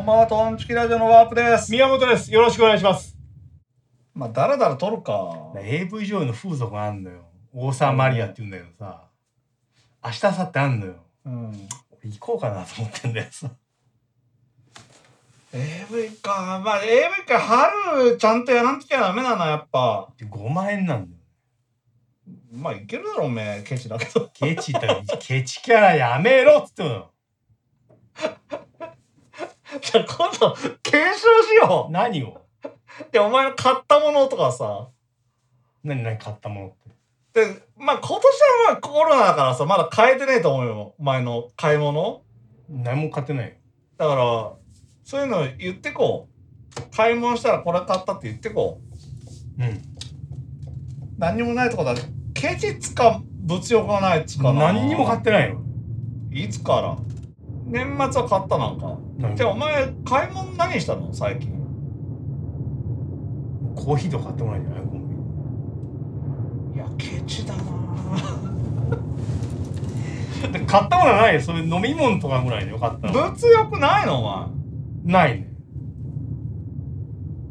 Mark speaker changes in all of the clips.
Speaker 1: んばんは、トンチキラジオのワープです。
Speaker 2: 宮本です。よろしくお願いします。
Speaker 1: まあ、だらだら撮るか。
Speaker 2: AV 上位の風俗があんのよ。オーサーマリアって言うんだけどさ、明日、明後日あんのよ。
Speaker 1: うん。
Speaker 2: 俺行こうかなと思ってんだよさ。
Speaker 1: AV か。まあ、AV か、春、ちゃんとやらんときゃダメなの、やっぱ。
Speaker 2: で5万円なんだよ。
Speaker 1: まあ、いけるだろ、おめえ、ケチだけど。
Speaker 2: ケチったら、ケチキャラやめろっつってんの。
Speaker 1: じゃあ、今度、検証しよ
Speaker 2: 何を
Speaker 1: う。で、お前の買ったものとかさ。
Speaker 2: 何何買ったものって。
Speaker 1: で、まあ、今年はまあ、コロナだからさ、まだ買えてねえと思うよ。前の買い物。
Speaker 2: 何も買ってないよ。
Speaker 1: だから、そういうの言ってこう。買い物したらこれ買ったって言ってこう。
Speaker 2: うん。
Speaker 1: 何にもないとこだねケチつか物欲がないっつかな
Speaker 2: 何にも買ってないよ。
Speaker 1: いつから年末は買ったなんか
Speaker 2: 何
Speaker 1: でお前買い物何したの最近
Speaker 2: コーヒーとか買ってもらえじゃないコンビニ
Speaker 1: いやケチ だな
Speaker 2: で買ったものはないよ。それ飲み物とかぐらいでよかったの。
Speaker 1: 物欲ないのお
Speaker 2: ないね。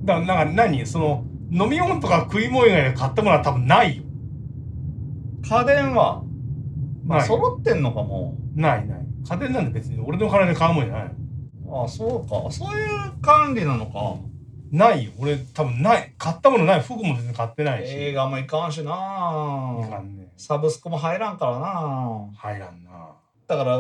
Speaker 2: だから、なんか何その、飲み物とか食い物以外で買ったものは多分ないよ。
Speaker 1: 前家電は、まあ、
Speaker 2: ない。
Speaker 1: 揃ってんのかも
Speaker 2: ないない。家電なんで別に俺の金で買うもんじゃない。
Speaker 1: あそうかそういう管理なのか
Speaker 2: ないよ。俺多分ない。買ったものない。服も別に買ってないし。
Speaker 1: 映画もいかんしない
Speaker 2: かんね。
Speaker 1: サブスクも入らんからな
Speaker 2: 入らんな。
Speaker 1: だから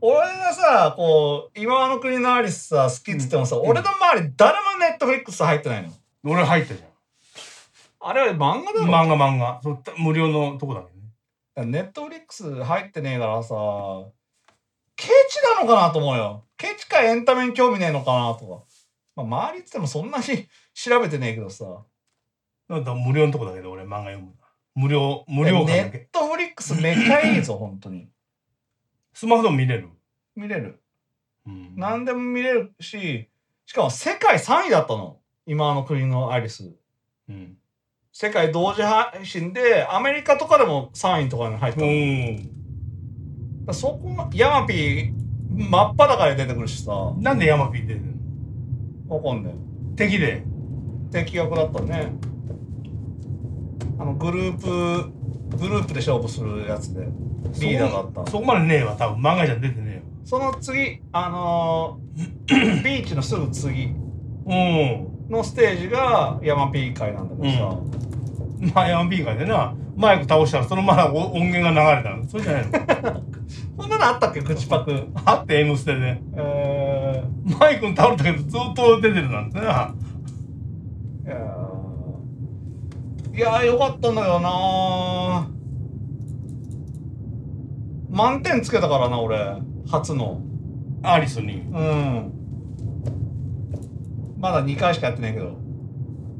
Speaker 1: 俺がさこう今の国のアリスさ好きっつってもさ、
Speaker 2: うん
Speaker 1: 俺の周り誰もネットフリックス入ってないの
Speaker 2: 俺入ったじゃ
Speaker 1: あれは漫画だ
Speaker 2: ん。
Speaker 1: ろ、
Speaker 2: 漫画漫画。そう無料のとこだけどね。
Speaker 1: ネットフリックス入ってねえからさケチなのかなと思うよケチかエンタメに興味ねえのかなとか、まあ、周りっつってもそんなに調べてねえけどさ
Speaker 2: だから無料のとこだけど俺漫画読むの。無料、無料感だ
Speaker 1: ネ
Speaker 2: け。
Speaker 1: ットフリックスめっちゃいい ぞ本当に
Speaker 2: スマホでも見れる。
Speaker 1: 見れる
Speaker 2: うん。
Speaker 1: 何でも見れるししかも世界3位だったの今の国のアリス
Speaker 2: うん。
Speaker 1: 世界同時配信でアメリカとかでも3位とかに入ったの、
Speaker 2: う
Speaker 1: だか
Speaker 2: ん。
Speaker 1: らそこがヤマピー真っ裸で出てくるしさわ
Speaker 2: なんでヤマピー出てんの
Speaker 1: かんない
Speaker 2: 敵で。
Speaker 1: 敵役だったねあのグループグループで勝負するやつでリーダーだった
Speaker 2: そこまでねえわ多分漫画じゃ出てね
Speaker 1: その次あのー ビーチのすぐ次
Speaker 2: えよ
Speaker 1: のステージがヤマピー会なんだけどさ、
Speaker 2: うんまあ M&B がでなマイク倒したらそのままお音源が流れたのそれじゃないの
Speaker 1: こんなのあったっけ口パク
Speaker 2: あって「M ステ」で
Speaker 1: えー
Speaker 2: マイクに倒れたけどずっと出てるなんてない
Speaker 1: やーいやーよかったんだけどなー満点つけたからな俺初の
Speaker 2: アリスに
Speaker 1: うんまだ2回しかやってないけど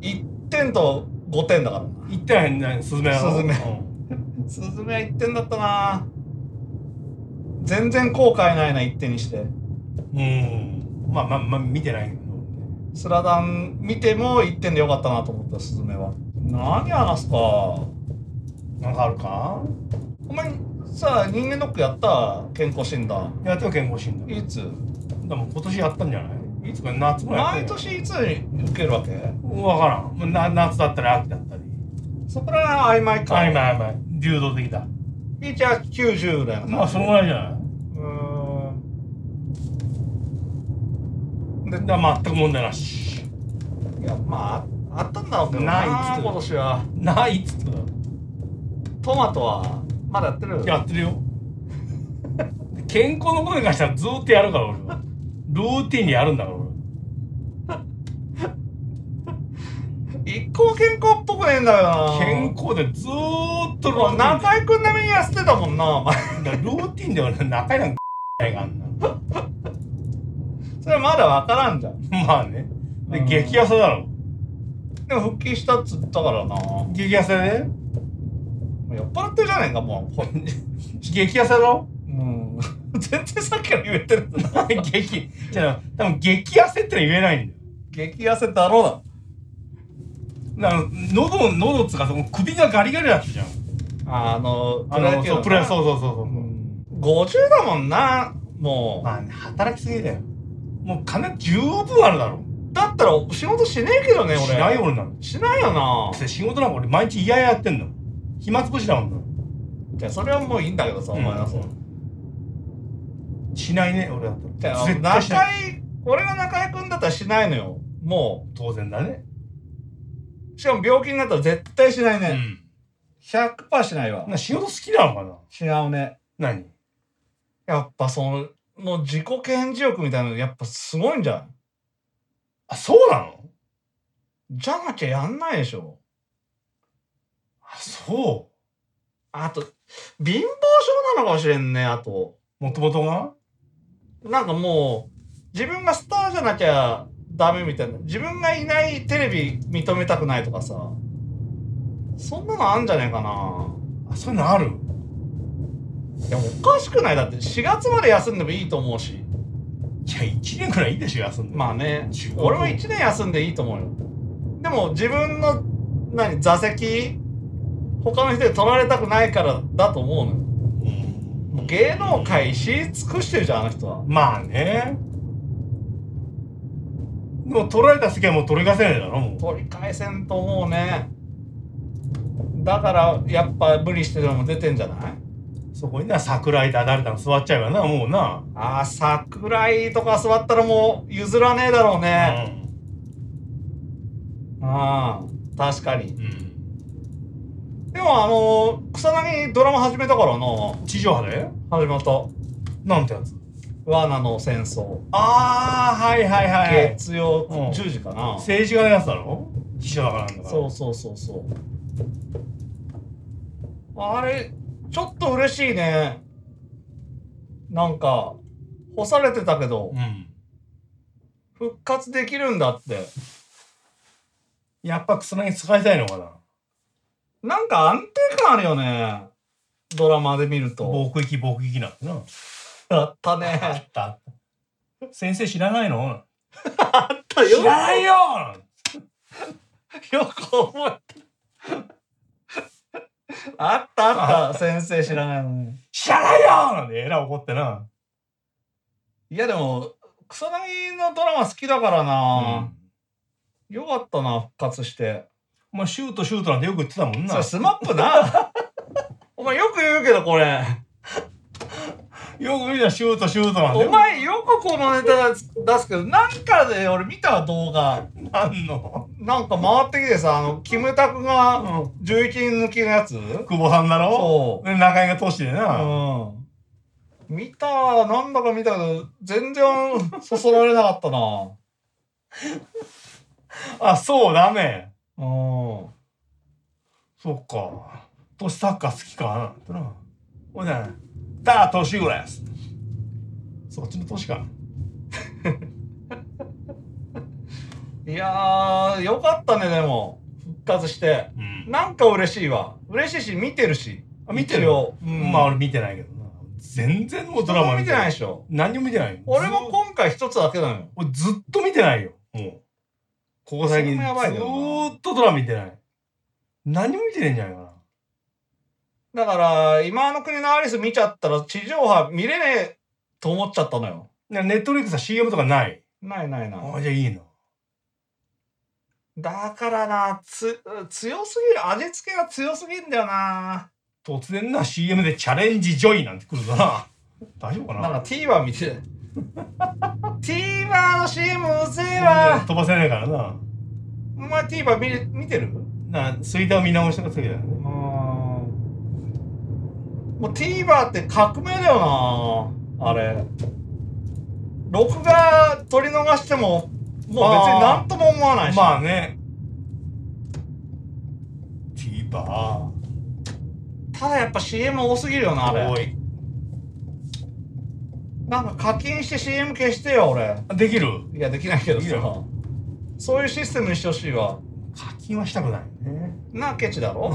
Speaker 1: 1点と5点だから
Speaker 2: 行ってないんだよスズメやろ
Speaker 1: スズメ
Speaker 2: うん
Speaker 1: なスズメは1点だったな全然後悔ないな1点にして
Speaker 2: うんまあまあまあ見てないけど
Speaker 1: スラダン見ても1点でよかったなと思ったスズメは何話すか
Speaker 2: なんかあるか
Speaker 1: お前さ人間ドックやった健康診断
Speaker 2: やっては健康診断
Speaker 1: いつ
Speaker 2: でも今年やったんじゃないいつか夏もやった
Speaker 1: 毎
Speaker 2: んじゃない
Speaker 1: 年いつに受けるわけ
Speaker 2: 分からんな夏だったり秋だったり
Speaker 1: そこら辺は曖昧か。
Speaker 2: 曖昧曖昧流動的だ
Speaker 1: いちゃ90ぐらい
Speaker 2: まあそのぐらいじゃないう
Speaker 1: ーん
Speaker 2: でだから全く問題なし
Speaker 1: いや、まあ、あったんだろうけど
Speaker 2: ないっつって
Speaker 1: 今年は。
Speaker 2: ないっつってことだ
Speaker 1: トマトは、まだやってる
Speaker 2: やってるよ健康のことに関してはずっとやるから俺はルーティンにやるんだから俺
Speaker 1: 一個も健康っぽくねえんだよな。
Speaker 2: 健康でずーっとルー
Speaker 1: もう
Speaker 2: ティン
Speaker 1: 中居君並みに痩せてたもんな、お前。
Speaker 2: だからルーティンで俺仲良い なんかないがあんな
Speaker 1: それはまだわからんじゃん。
Speaker 2: まあねで
Speaker 1: うん
Speaker 2: 激痩せだろ
Speaker 1: でも復帰したっつったからな。も
Speaker 2: 激痩せで
Speaker 1: う酔っ払ってるじゃねえか、もう。
Speaker 2: 激痩せだろ
Speaker 1: うん。全然さっきから言えてるな。
Speaker 2: 激じゃあ多分激痩せってのは言えないんだよ
Speaker 1: 激痩せだろうだ。
Speaker 2: だから喉喉っつうかその首がガリガリだったじゃん
Speaker 1: あの、
Speaker 2: あのそうプロ野球
Speaker 1: そ
Speaker 2: そううそうそうそう
Speaker 1: 50だもんな、もう。
Speaker 2: まあね働きすぎだよもう金十分あるだろ
Speaker 1: だったら仕事しねえけどね俺
Speaker 2: しないよ俺なん
Speaker 1: しないよな
Speaker 2: て仕事なんか俺毎日嫌々やってんの暇つぶしだもんな
Speaker 1: じゃあそれはもういいんだけどさ、お前はさ
Speaker 2: しないね俺だっ
Speaker 1: じ
Speaker 2: た
Speaker 1: ゃ
Speaker 2: ら
Speaker 1: あ
Speaker 2: 絶対しない
Speaker 1: 中井俺が中井君だったらしないのよも
Speaker 2: 当然だね
Speaker 1: うしかも病気になったら絶対しないね、
Speaker 2: ん
Speaker 1: 100%しないわ
Speaker 2: な仕事好きなのか
Speaker 1: 違うね
Speaker 2: な何
Speaker 1: やっぱそのもう自己顕示欲みたいなのやっぱすごいんじゃない
Speaker 2: あそうなの
Speaker 1: じゃなきゃやんないでしょ
Speaker 2: あそ
Speaker 1: あと貧乏症なのかもしれんねあと
Speaker 2: うもともとが
Speaker 1: なんかもう自分がスターじゃなきゃダメみたいな自分がいないテレビ認めたくないとかさそんなのあんじゃねえかな
Speaker 2: あそういうのある
Speaker 1: いやおかしくないだって4月まで休んでもいいと思うし
Speaker 2: いや1年くらいいいでしょ休んで
Speaker 1: まあね
Speaker 2: 仕事
Speaker 1: 俺も1年休んでいいと思うよでも自分の何座席他の人に取られたくないからだと思うのよ
Speaker 2: うん
Speaker 1: もう芸能界知り尽くしてるじゃんあの人は
Speaker 2: まあねでも取られた席はもう取り返せないだろもう
Speaker 1: 取り返せんと思うねだからやっぱ無理してるのも出てんじゃない
Speaker 2: そこにな桜井だ誰だの座っちゃうからなもうな、
Speaker 1: ああ桜井とか座ったらもう譲らねえだろうねうん確かに
Speaker 2: うん
Speaker 1: でもあのー草薙ドラマ始めたからな
Speaker 2: 地上波で
Speaker 1: 始まった
Speaker 2: なんてやつ
Speaker 1: 罠の戦争、
Speaker 2: ああはいはいは
Speaker 1: 月曜
Speaker 2: うん
Speaker 1: 10時かな、
Speaker 2: 政治家のやつだろ秘書だからなんだから
Speaker 1: そうそうそうそうあれちょっと嬉しいねなんか干されてたけど
Speaker 2: うん
Speaker 1: 復活できるんだって
Speaker 2: やっぱ草薙使いたいのかな
Speaker 1: なんか安定感あるよねドラマで見ると
Speaker 2: 防空機防空機なん てな
Speaker 1: あった
Speaker 2: あ
Speaker 1: ね
Speaker 2: ったあった先生知らないの
Speaker 1: よ
Speaker 2: 知らないよ
Speaker 1: よく覚えてるあったあった先生知らないのね
Speaker 2: 知らないよなんでえらい怒ってない
Speaker 1: やでも草薙のドラマ好きだからな、よかったな、復活して。
Speaker 2: まあシュートシュートなんてよく言ってたもん
Speaker 1: そ
Speaker 2: な
Speaker 1: れスマップな。お前よく言うけど、これ。
Speaker 2: よく見たらシュートシュートなんて
Speaker 1: お前よくこのネタ出すけど、なんかで俺見たわ動画。
Speaker 2: なんの
Speaker 1: なんか回ってきてさ、あの、キムタクが
Speaker 2: 久
Speaker 1: 11人抜きのやつ
Speaker 2: 保さんだ
Speaker 1: そ
Speaker 2: ろで中井が通して
Speaker 1: う。
Speaker 2: な、
Speaker 1: うん。見たわ、なんだか見たけど、全然そそられなかったな。
Speaker 2: あそうダメ
Speaker 1: うん。
Speaker 2: そっか年サッカー好きかなんてなほいでだ年ぐらいですそっちの年か
Speaker 1: いやー、よかったね、でも。復活して。
Speaker 2: うん
Speaker 1: なんか嬉しいわ。嬉しいし、見てるし。
Speaker 2: あ見てる
Speaker 1: 一応うん
Speaker 2: まあ俺見てないけどな全然もうド
Speaker 1: ド
Speaker 2: ラ
Speaker 1: ラ
Speaker 2: マ
Speaker 1: マ見てないでしょ。
Speaker 2: 何にも見てないよ
Speaker 1: 俺も今回一つだけなのよ。
Speaker 2: 俺ずっと見てないよもうここ最近
Speaker 1: それも
Speaker 2: ず
Speaker 1: やばいけどな
Speaker 2: ーっとドラマ見てない何も見てないんじゃないか
Speaker 1: だ
Speaker 2: な
Speaker 1: から、今の国のアリス見ちゃったら地上波見れねえと思っちゃったのよ。
Speaker 2: なネットフリックスは CM とかない
Speaker 1: ないないな
Speaker 2: あ
Speaker 1: い。
Speaker 2: じゃあいいな
Speaker 1: だからな、つ、強すぎる。味付けが強すぎんだよな。
Speaker 2: 突然な CM でチャレンジジョイなんて来るんだな大丈夫かな
Speaker 1: なんか TVer 見 て。TVer の CM うぜえ
Speaker 2: ね
Speaker 1: わ。
Speaker 2: 飛ばせないからな
Speaker 1: お前 TVer 見れ見てる
Speaker 2: なスイダー見直したかったけど
Speaker 1: うーん
Speaker 2: ね
Speaker 1: もう TVer って革命だよなあれ録画取り逃してももう別に何とも思わないし、
Speaker 2: まあね TVer
Speaker 1: ただやっぱ CM 多すぎるよなあ
Speaker 2: 多
Speaker 1: れ
Speaker 2: い
Speaker 1: なんか課金して CM 消してよ俺
Speaker 2: あできる
Speaker 1: いやできないけど
Speaker 2: いい
Speaker 1: さ
Speaker 2: よ
Speaker 1: そういうシステムにしてほしいわ
Speaker 2: 課金はしたくないね
Speaker 1: なあケチだろ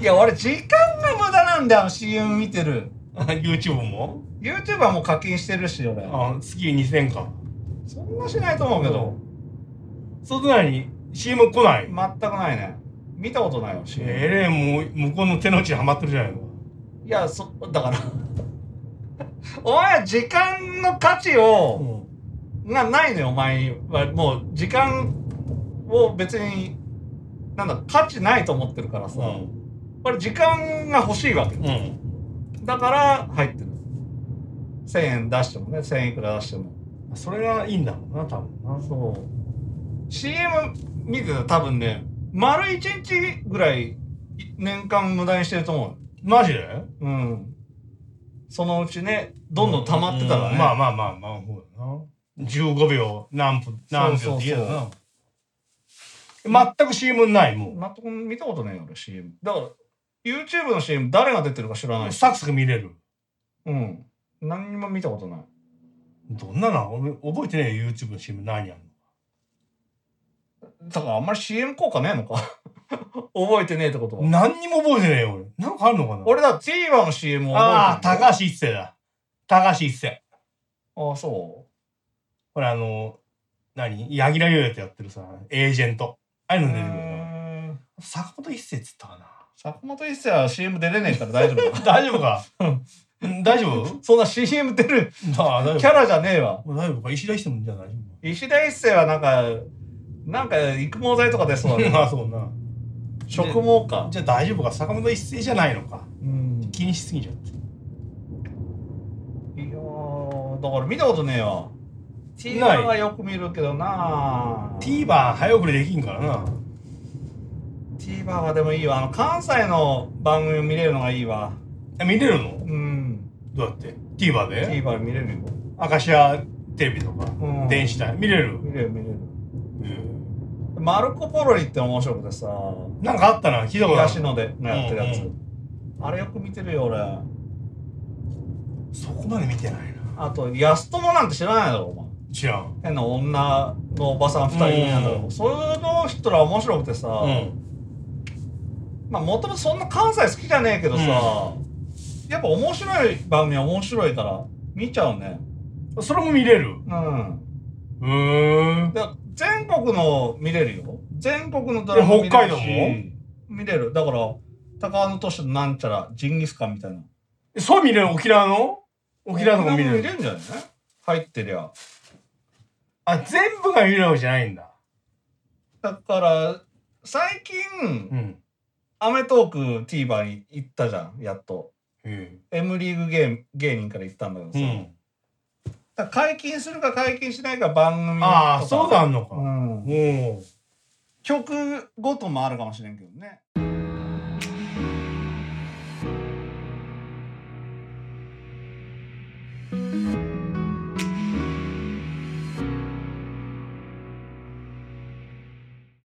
Speaker 1: いや俺時間が無駄なんだよあの CM 見てる
Speaker 2: あ YouTube も
Speaker 1: YouTube はもう課金してるし俺
Speaker 2: あ月2000か
Speaker 1: そんなしないと思うけど、
Speaker 2: それなのに CM 来ない
Speaker 1: 全くないね見たことないよ CM
Speaker 2: えれえもう向こうの手の内にはまってるじゃないの
Speaker 1: いやそだからお前は時間の価値を、
Speaker 2: も
Speaker 1: な、ないのよ、お前は。もう、時間を別に、なんだ、価値ないと思ってるから
Speaker 2: う
Speaker 1: さ、
Speaker 2: ん
Speaker 1: やっぱり時間が欲しいわけ。
Speaker 2: うん
Speaker 1: だから、入ってる。1000円出してもね、1000円いくら出しても。
Speaker 2: それがいいんだろうな多分な
Speaker 1: そう CM 見てたら多分ね丸1日ぐらい年間無駄にしてると思
Speaker 2: マジで
Speaker 1: ううんそのうちねどんどん溜まってたらね、
Speaker 2: うんまあまあまあまあそうだな15秒何分何秒って言え
Speaker 1: そう
Speaker 2: ばな全く CM ないも
Speaker 1: 全く見たことないよ俺 CM だから YouTube の CM 誰が出てるか知らないうし
Speaker 2: サクサク見れる
Speaker 1: うん何にも見たことない
Speaker 2: どんなの俺覚えてねえよ YouTube の CM 何やんの
Speaker 1: だからあんまり CM 効果ねえのか覚えてねえってことは
Speaker 2: 何にも覚えてねえよ俺なんかあるのかな
Speaker 1: 俺だ TVer の CM を
Speaker 2: ああ
Speaker 1: 覚えて
Speaker 2: 高橋一生だ高橋一生
Speaker 1: ああーそ
Speaker 2: これあの何柳楽優弥とやってるさエージェントああいう
Speaker 1: う
Speaker 2: の出てくる
Speaker 1: う
Speaker 2: な
Speaker 1: ーん
Speaker 2: 坂本一生っつったかな
Speaker 1: 坂本一世は CM 出れねえから大丈夫だ
Speaker 2: 大丈夫かうん大丈夫
Speaker 1: そんな CM 出る
Speaker 2: ああ大丈夫
Speaker 1: キャラじゃねえわ。
Speaker 2: 大丈夫か石田一生もじゃあ大丈夫
Speaker 1: 石田一世はなんか、なんか育毛剤とか出そう だね。
Speaker 2: ああそうな
Speaker 1: 植毛か。
Speaker 2: じゃあ大丈夫か坂本一生じゃないのか
Speaker 1: うん。
Speaker 2: 気にしすぎちゃって
Speaker 1: いやーだから見たことねえよ。
Speaker 2: ない
Speaker 1: TVer はよく見るけどな
Speaker 2: TVer 早送りできんからな
Speaker 1: TVer はでもいいわ。あの、関西の番組見れるのがいいわ。
Speaker 2: え見れるの
Speaker 1: うん。
Speaker 2: どうやって ?TVer で
Speaker 1: TVer 見れるよ。
Speaker 2: 明石家テレビとか、
Speaker 1: うん
Speaker 2: 電子台見れる、
Speaker 1: 見れる見れる。マルコ・ポロリって面白くてさ、
Speaker 2: なんかあったな聞いたことある
Speaker 1: 東野でやってるやつ。
Speaker 2: うんう
Speaker 1: あれよく見てるよ、俺。
Speaker 2: そこまで見てないな
Speaker 1: あと、安友なんて知らないだろ、お前。
Speaker 2: 知らん
Speaker 1: 変な女のおばさん2人組なんだけ
Speaker 2: う
Speaker 1: ど、
Speaker 2: ん
Speaker 1: その人ら面白くてさ、
Speaker 2: うん
Speaker 1: まあもともとそんな関西好きじゃねえけどさ、やっぱ面白い番組は面白いから見ちゃうね
Speaker 2: それも見れる
Speaker 1: うん
Speaker 2: うーん
Speaker 1: だから全国の見れるよ全国のドラマ見れるし
Speaker 2: え北海
Speaker 1: 見れるだから高野都市のなんちゃらジンギスカンみたいな
Speaker 2: えそう見れる沖縄の沖縄のも見れ
Speaker 1: 沖縄も見
Speaker 2: る
Speaker 1: れんじゃない入ってりゃ
Speaker 2: あ全部が見れるわけじゃないんだ
Speaker 1: だから最近、
Speaker 2: うん、
Speaker 1: アメトーク TVer に行ったじゃんやっと
Speaker 2: うん、
Speaker 1: M リーグ芸芸人から言ったんだけどさ、
Speaker 2: うん
Speaker 1: だから解禁するか解禁しないか番組とか
Speaker 2: ああそうだあんのか、
Speaker 1: うん
Speaker 2: おお
Speaker 1: 曲ごともあるかもしれんけどね